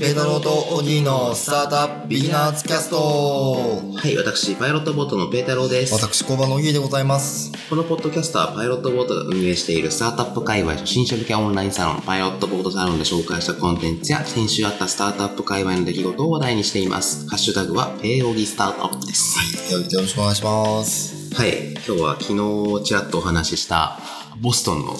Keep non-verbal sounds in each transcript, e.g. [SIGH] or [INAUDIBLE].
ペダロとオギーのスタートアップビギナーズキャストはい、私、パイロットボートのペータローです。私工場のオギーでございますこのポッドキャストは、パイロットボートが運営しているスタートアップ界隈初心者向けオンラインサロン、パイロットボートサロンで紹介したコンテンツや、先週あったスタートアップ界隈の出来事を話題にしています。ハッシュタグは、ペーオギスタートアップです。よろしくお願いしますはい、今日は昨日ちらっとお話しした、ボストンの、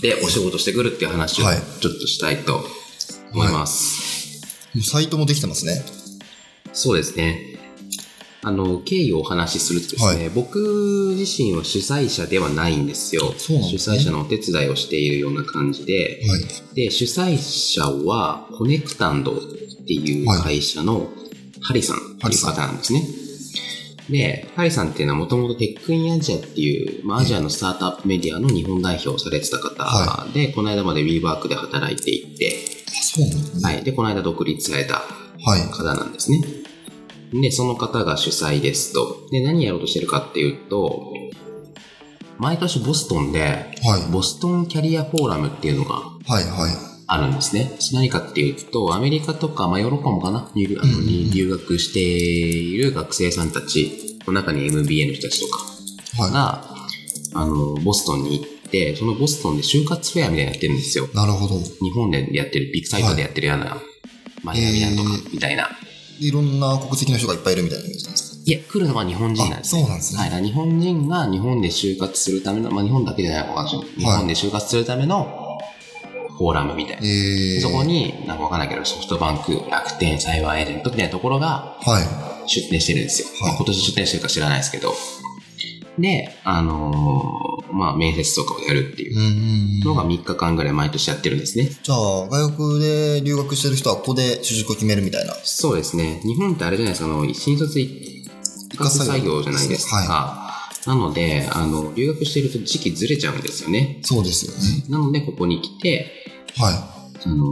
でお仕事してくるっていう話をはいちょっとしたいと思います。サイトもできてますねそうですね。あの、経緯をお話しするとですね、僕自身は主催者ではないんですよ。そうなんです主ね催者のお手伝いをしているような感じで、はいで、主催者はコネクタンドっていうはい会社のハリさんっていう方なんですね。で、ハリさんっていうのはもともとテックインアジアっていう、まあ、アジアのスタートアップメディアの日本代表をされてた方はで、この間まで WeWork で働いていて、あそうなんですねはい。で、この間独立されたはい方なんですね。で、その方が主催ですと。で、何やろうとしてるかっていうと、毎年ボストンで、はいボストンキャリアフォーラムっていうのがはいはいあるんですね。何かっていうと、アメリカとか、まあ、ヨーロッパもかなにあうのんうんうんに留学している学生さんたちの中に MBA の人たちとかはが、あの、ボストンに行って、そのボストンで就活フェアみたいなのやってるんですよ。いなるほど日本でやってる、ビッグサイトでやってるような、マイアミなんとかえ、みたいな。いろんな国籍の人がいっぱいいるみたいなイメージなんですいや、来るのは日本人なんかあですそうなんですねはい、だから日本人が日本で就活するための、まあ、日本だけじゃないかもわかんない日はい本で就活するためのフォーラムみたいな、えーそこになんかわかんないけどソフトバンク楽天裁判エージェントみたいなところがはい出展してるんですよ、はいまあ今年出展してるか知らないですけどであのーまあ面接とかをやるっていううんうんのうんが3日間ぐらい毎年やってるんですねじゃあ外国で留学してる人はここで就職を決めるみたいなそうですね。日本ってあれじゃないですか、あの、新卒一括採用じゃないですか。なので、あの、留学していると時期ずれちゃうんですよね。そうですよねなので、ここに来て、はあの、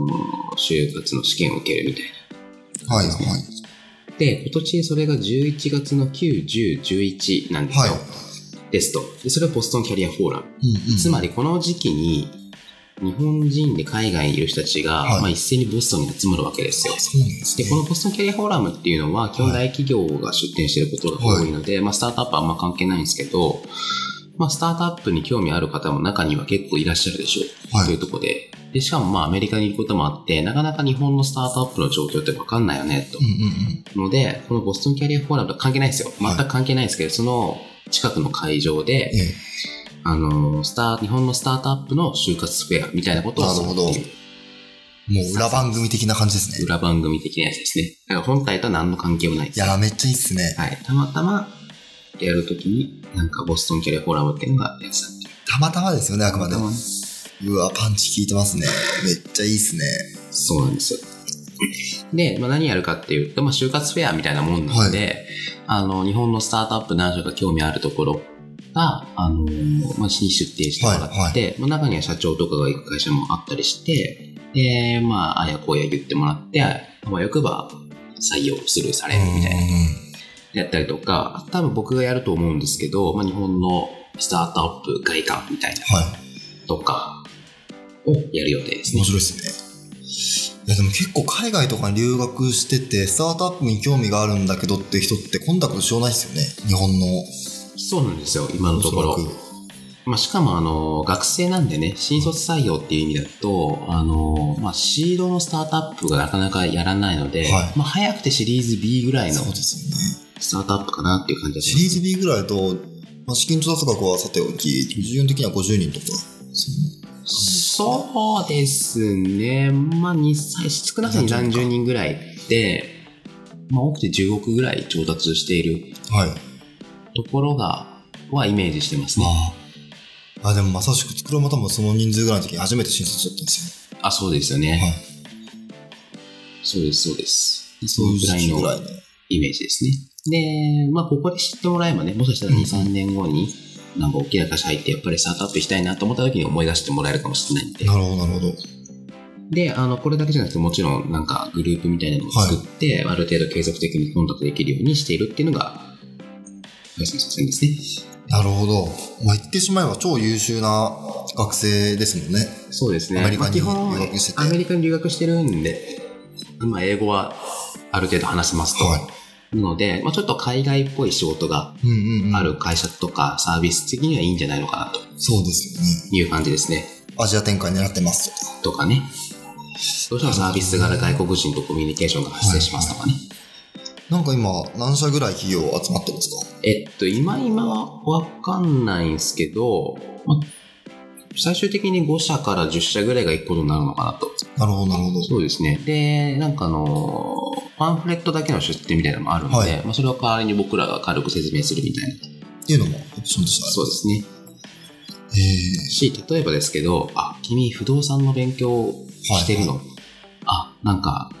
就活の試験を受けるみたいな。いはいはいで、今年それが11月の9、10、11なんですはいよ。ですと。で、それはボストンキャリアフォーラム。うんうんつまり、この時期に、日本人で海外にいる人たちが、はいまあ、一斉にボストンに集まるわけですよ。そうなんですねで、このボストンキャリアフォーラムっていうのは、基本大企業が出展してることが多いので、まあ、スタートアップはあんま関係ないんですけど、まあ、スタートアップに興味ある方も中には結構いらっしゃるでしょう。はいというところで。で、しかもまあ、アメリカにいることもあって、なかなか日本のスタートアップの状況ってわかんないよね、とうん。うんうんので、このボストンキャリアフォーラムとは関係ないですよ。は全いく関係ないですけど、その近くの会場で、ええあの、スター、日本のスタートアップの就活フェアみたいなことをするっていうなるほどもう裏番組的な感じですね。裏番組的なやつですね。だから本体とは何の関係もないですいやー、めっちゃいいっすね。はい。たまたま、やるときに、なんかボストンキャリアフォーラムっていうのがやってたっていう。たまたまですよね、あくまでたも。またまねうわ、パンチ効いてますね。めっちゃいいっすね。そうなんですよ。で、まあ、何やるかっていうと、まあ、就活フェアみたいなもんなので、あの、日本のスタートアップ何社か興味あるところが、あのまあ、に出展してもらって、はいまあ、中には社長とかが行く会社もあったりして、で、まあ、あれやこうや言ってもらって、あわよくば採用する、されるみたいな。やったりとか、多分僕がやると思うんですけど、まあ、日本のスタートアップ外観みたいなはい。とかをやる予定ですね面。白いっすね。いや、でも結構海外とかに留学してて、スタートアップに興味があるんだけどって人ってコンタクトしようないっすよね。日本の。そうなんですよ、今のとこおそらろ。くまあ、しかも、あの、学生なんでね、新卒採用っていう意味だと、あの、まあ、シードのスタートアップがなかなかやらないので、はいまあ、早くてシリーズ B ぐらいのそうですよね。スタートアップかなっていう感じがしシまリーす。ズ B ぐらいだと、まあ、資金調達額はさておき、従業的には50人とか。そうですね、まあ、2歳、少なくとも30人ぐらいで、まあ、多くて10億ぐらい調達しているはい。ところが、はイメージしてますね。ああ。あ、でもまさしく、黒も多分その人数ぐらいの時に初めて新卒だったんですあ、そうですよね。よ。はい。そうです、そうです。そそうのいうぐらい時期のぐらいの。イメージですね。で、まあ、ここで知ってもらえばね、もしかしたら2、3年後に、なんか大きな会社入って、やっぱりスタートアップしたいなと思った時に思い出してもらえるかもしれないんで。なるほど、なるほど。で、あの、これだけじゃなくて、もちろん、なんか、グループみたいなのを作って、ある程度継続的にコンタクトできるようにしているっていうのが、林先生ですね。なるほど。まあ、言ってしまえば超優秀な学生ですもんね。そうですね。アメリカにまあ基本留学しててアメリカに留学してるんで、まあ、英語はある程度話せますと。はなので、まあ、ちょっと海外っぽい仕事がい。うんうんうん。ある。会社とかサービス的にはいいんじゃないのかなとそうですよね。いう感じですね。アジア展開狙ってますととかね。どうしてもサービスから外国人とコミュニケーションが発生しますとかね。なんか今、何社ぐらい企業集まってるんですかえっと、今今はわかんないんですけど、まあ、最終的に5社から10社ぐらいが行くことになるのかなと。なるほど、なるほど。そうですね。で、なんかあの、パンフレットだけの出店みたいなのもあるので、はいまあ、それを代わりに僕らが軽く説明するみたいな。っていうのもオプションとしてある。そうですね。えし、例えばですけど、あ、君不動産の勉強をしてるの、あ、なんか、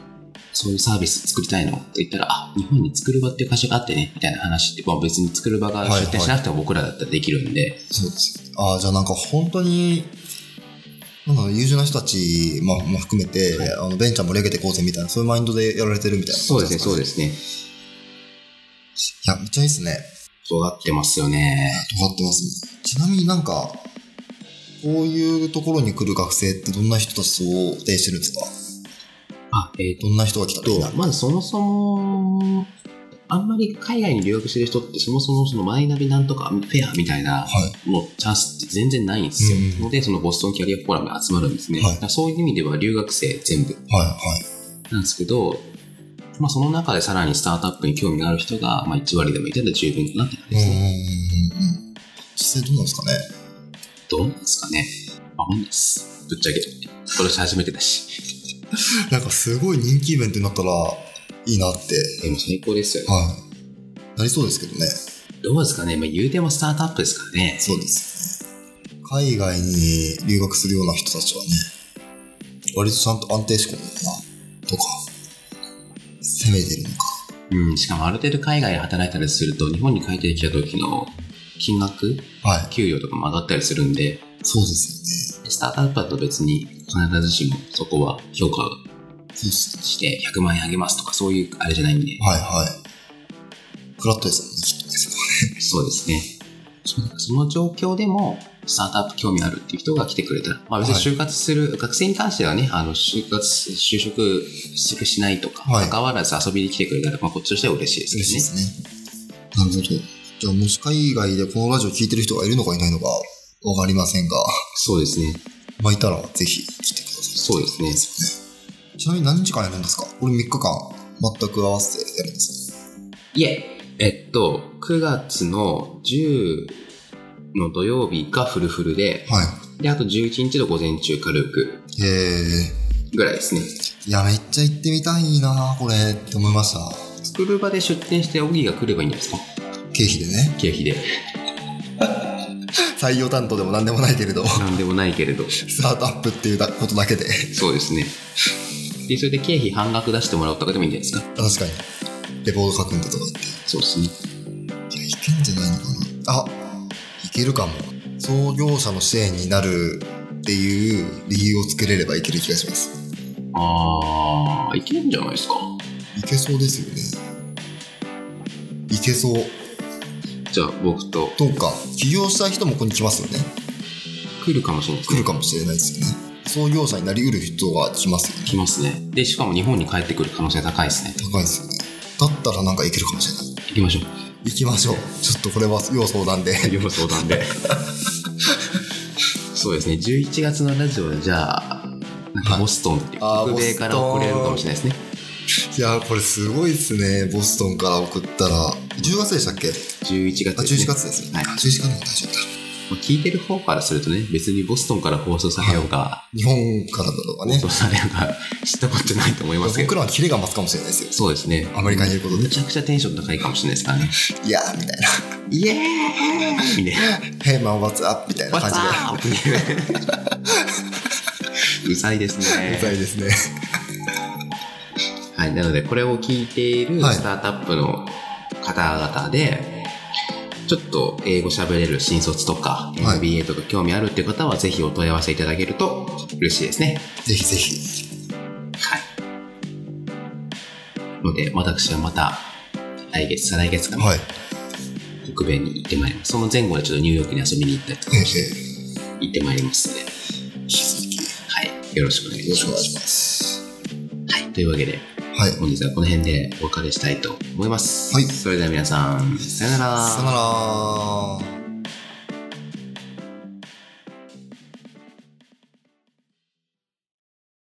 そういうサービス作りたいのって言ったら、あ、日本に作る場っていう会社があってね、みたいな話って、まあ別に作る場が出店しなくても僕らだったらできるんで、ー、そうです。ああ、じゃあなんか本当に、なんだろう優秀な人たち、まあ、まあ、含めて、はいあのベンチャーも盛り上げていこうぜみたいな、そういうマインドでやられてるみたいな。そうですね、そうでですね。す。いや、めっちゃいいですね。尖ってますよね。尖ってますね。ちなみになんか、こういうところに来る学生ってどんな人たちを定してるんですかあ、えっ、どんな人が来たらいいなと、まずそもそも、あんまり海外に留学してる人ってそもそもそのマイナビなんとかフェアみたいなはもうチャンスって全然ないんですよ。うんうんので、そのボストンキャリアフォーラムが集まるんですね。はいだからそういう意味では留学生全部はい、はい。なんですけど、まあ、その中でさらにスタートアップに興味がある人が、まあ、1割でもいたら十分かなって感じですね。うんうんうんうん。実際どうなんですかねどうなんですかね。まあ、本当です。ぶっちゃけ。今年初めてだし。なんかすごい人気イベントになったらいいなって、でも最高ですよね。はい。なりそうですけどね。どうですかね。まあ、言うてもスタートアップですからね。そうですよね。海外に留学するような人たちはね、割とちゃんと安定志向なのかな、とか、攻めてるのか。うん。しかもある程度海外で働いたりすると、日本に帰ってきた時の金額、はい。給与とかも上がったりするんで、そうですよね。スタートアップだと別に必ずしもそこは評価そうですね。して100万円あげますとかそういうあれじゃないんで。はいはい。フラットですもんね、きっとねそこはそうですね。その状況でも、スタートアップ興味あるっていう人が来てくれたら、まあ別にはい就活する、学生に関してはね、あの、就活、就職するしないとか、はい関わらず遊びに来てくれたら、まあこっちとしては嬉しいですね。嬉しいですね。なるほど。じゃあ、もし海外でこのラジオ聞いてる人がいるのかいないのか、わかりませんが、そうですね。まあ、いたらぜひ来てください。そうですね。ちなみに何時間やるんですかこれ3日間、全く合わせてやるんですねいえ、えっと、9月の10の土曜日がフルフルで、はい。で、あと11日の午前中軽くへえ。ぐらいですね。いや、めっちゃ行ってみたいなこれって思いました。作る場で出店してオギーが来ればいいんじゃないですか経費でね。経費で。採用担当でも何でもないけれど、 [LAUGHS] なんでもないけれど。スタートアップっていうだことだけで。そうですね。で、それで経費半額出してもらうとかでもいいんじゃないですか。確かに。レポート書くんだとか言そうですね。って。いや、いけんじゃないのかな。あ、いけるかも。創業者の支援になるっていう理由をつけれればいける気がします。あー、いけるんじゃないですか。いけそうですよね。いけそう。じゃあ、僕とどうか、起業したい人もここに来ますよね。来るかもしれないです来ね。るかもしれないですよね。創業者になりうる人が来ますよね。来ますね。で、しかも日本に帰ってくる可能性高いですね。高いですよね。だったらなんかいけるかもしれない。行きましょう。行きましょう。ちょっとこれは要相談で。両相談で。そうですね。11月のラジオはじゃあ、なんかボストンっていう、はいあー北米から送れるかもしれないですね。 [LAUGHS] いやーこれすごいですね。ボストンから送ったら。10月でしたっけ11月あ、ですね11月ですよね。はいあ11月の大丈夫だ。まあ聞いてる方からするとね、別にボストンから放送されようが、日本からだとかね放。送されようが、知ったことないと思いますけど僕。らはキレが増すかもしれないですよ。そうですね。アメリカにいることでむ。ちゃくちゃテンション高いかもしれないですからね。いやーみた [LAUGHS] いな。イエーイみたいな。 Hey man, what's up? みたいなわ感じ [LAUGHS] ざうざいですで。うざね。いですね。はい。なので、これを聞いているはいスタートアップの方々で、ちょっと英語喋れる新卒とか、はい MBA とか興味あるっていう方は、ぜひお問い合わせいただけると嬉しいですね。ぜひぜひ。はい。ので、私はまた、来月、再来月かな、はい。北米に行ってまいります。その前後でちょっとニューヨークに遊びに行ったりとかええして行ってまいりますので、ええ引き続きよはい。よろしくお願いしろします。くお願いします。はい。というわけで、はい。本日はこの辺でお別れしたいと思います。はいそれでは皆さん、さよなら。さよなら。